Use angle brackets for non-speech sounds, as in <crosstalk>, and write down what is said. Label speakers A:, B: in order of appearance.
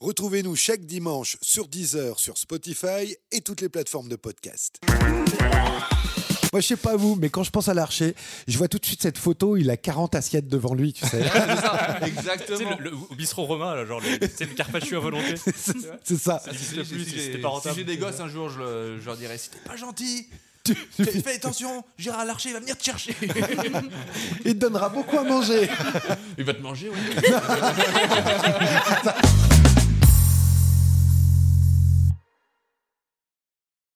A: Retrouvez-nous chaque dimanche sur Deezer, sur Spotify et toutes les plateformes de podcast.
B: Moi, je sais pas vous, mais quand je pense à l'archer, je vois tout de suite cette photo, il a 40 assiettes devant lui, tu sais.
C: <laughs>
D: Exactement.
C: Tu sais, le, le- au bistrot romain, là, genre, le- c'est le carpaccio à volonté.
B: C'est ça.
C: Ça
D: Si
C: n'existe
D: j'ai-
C: plus,
D: si
C: c'est-
D: j'ai-
C: c'était pas
D: si
C: rentable.
D: j'ai des gosses un jour, je, le- je leur dirais si t'es pas gentil,
B: Tu-
D: fais, fais attention, Gérard Larcher va venir te
C: <laughs>
D: chercher.
B: Il te donnera beaucoup à manger.
D: Il va te manger, oui.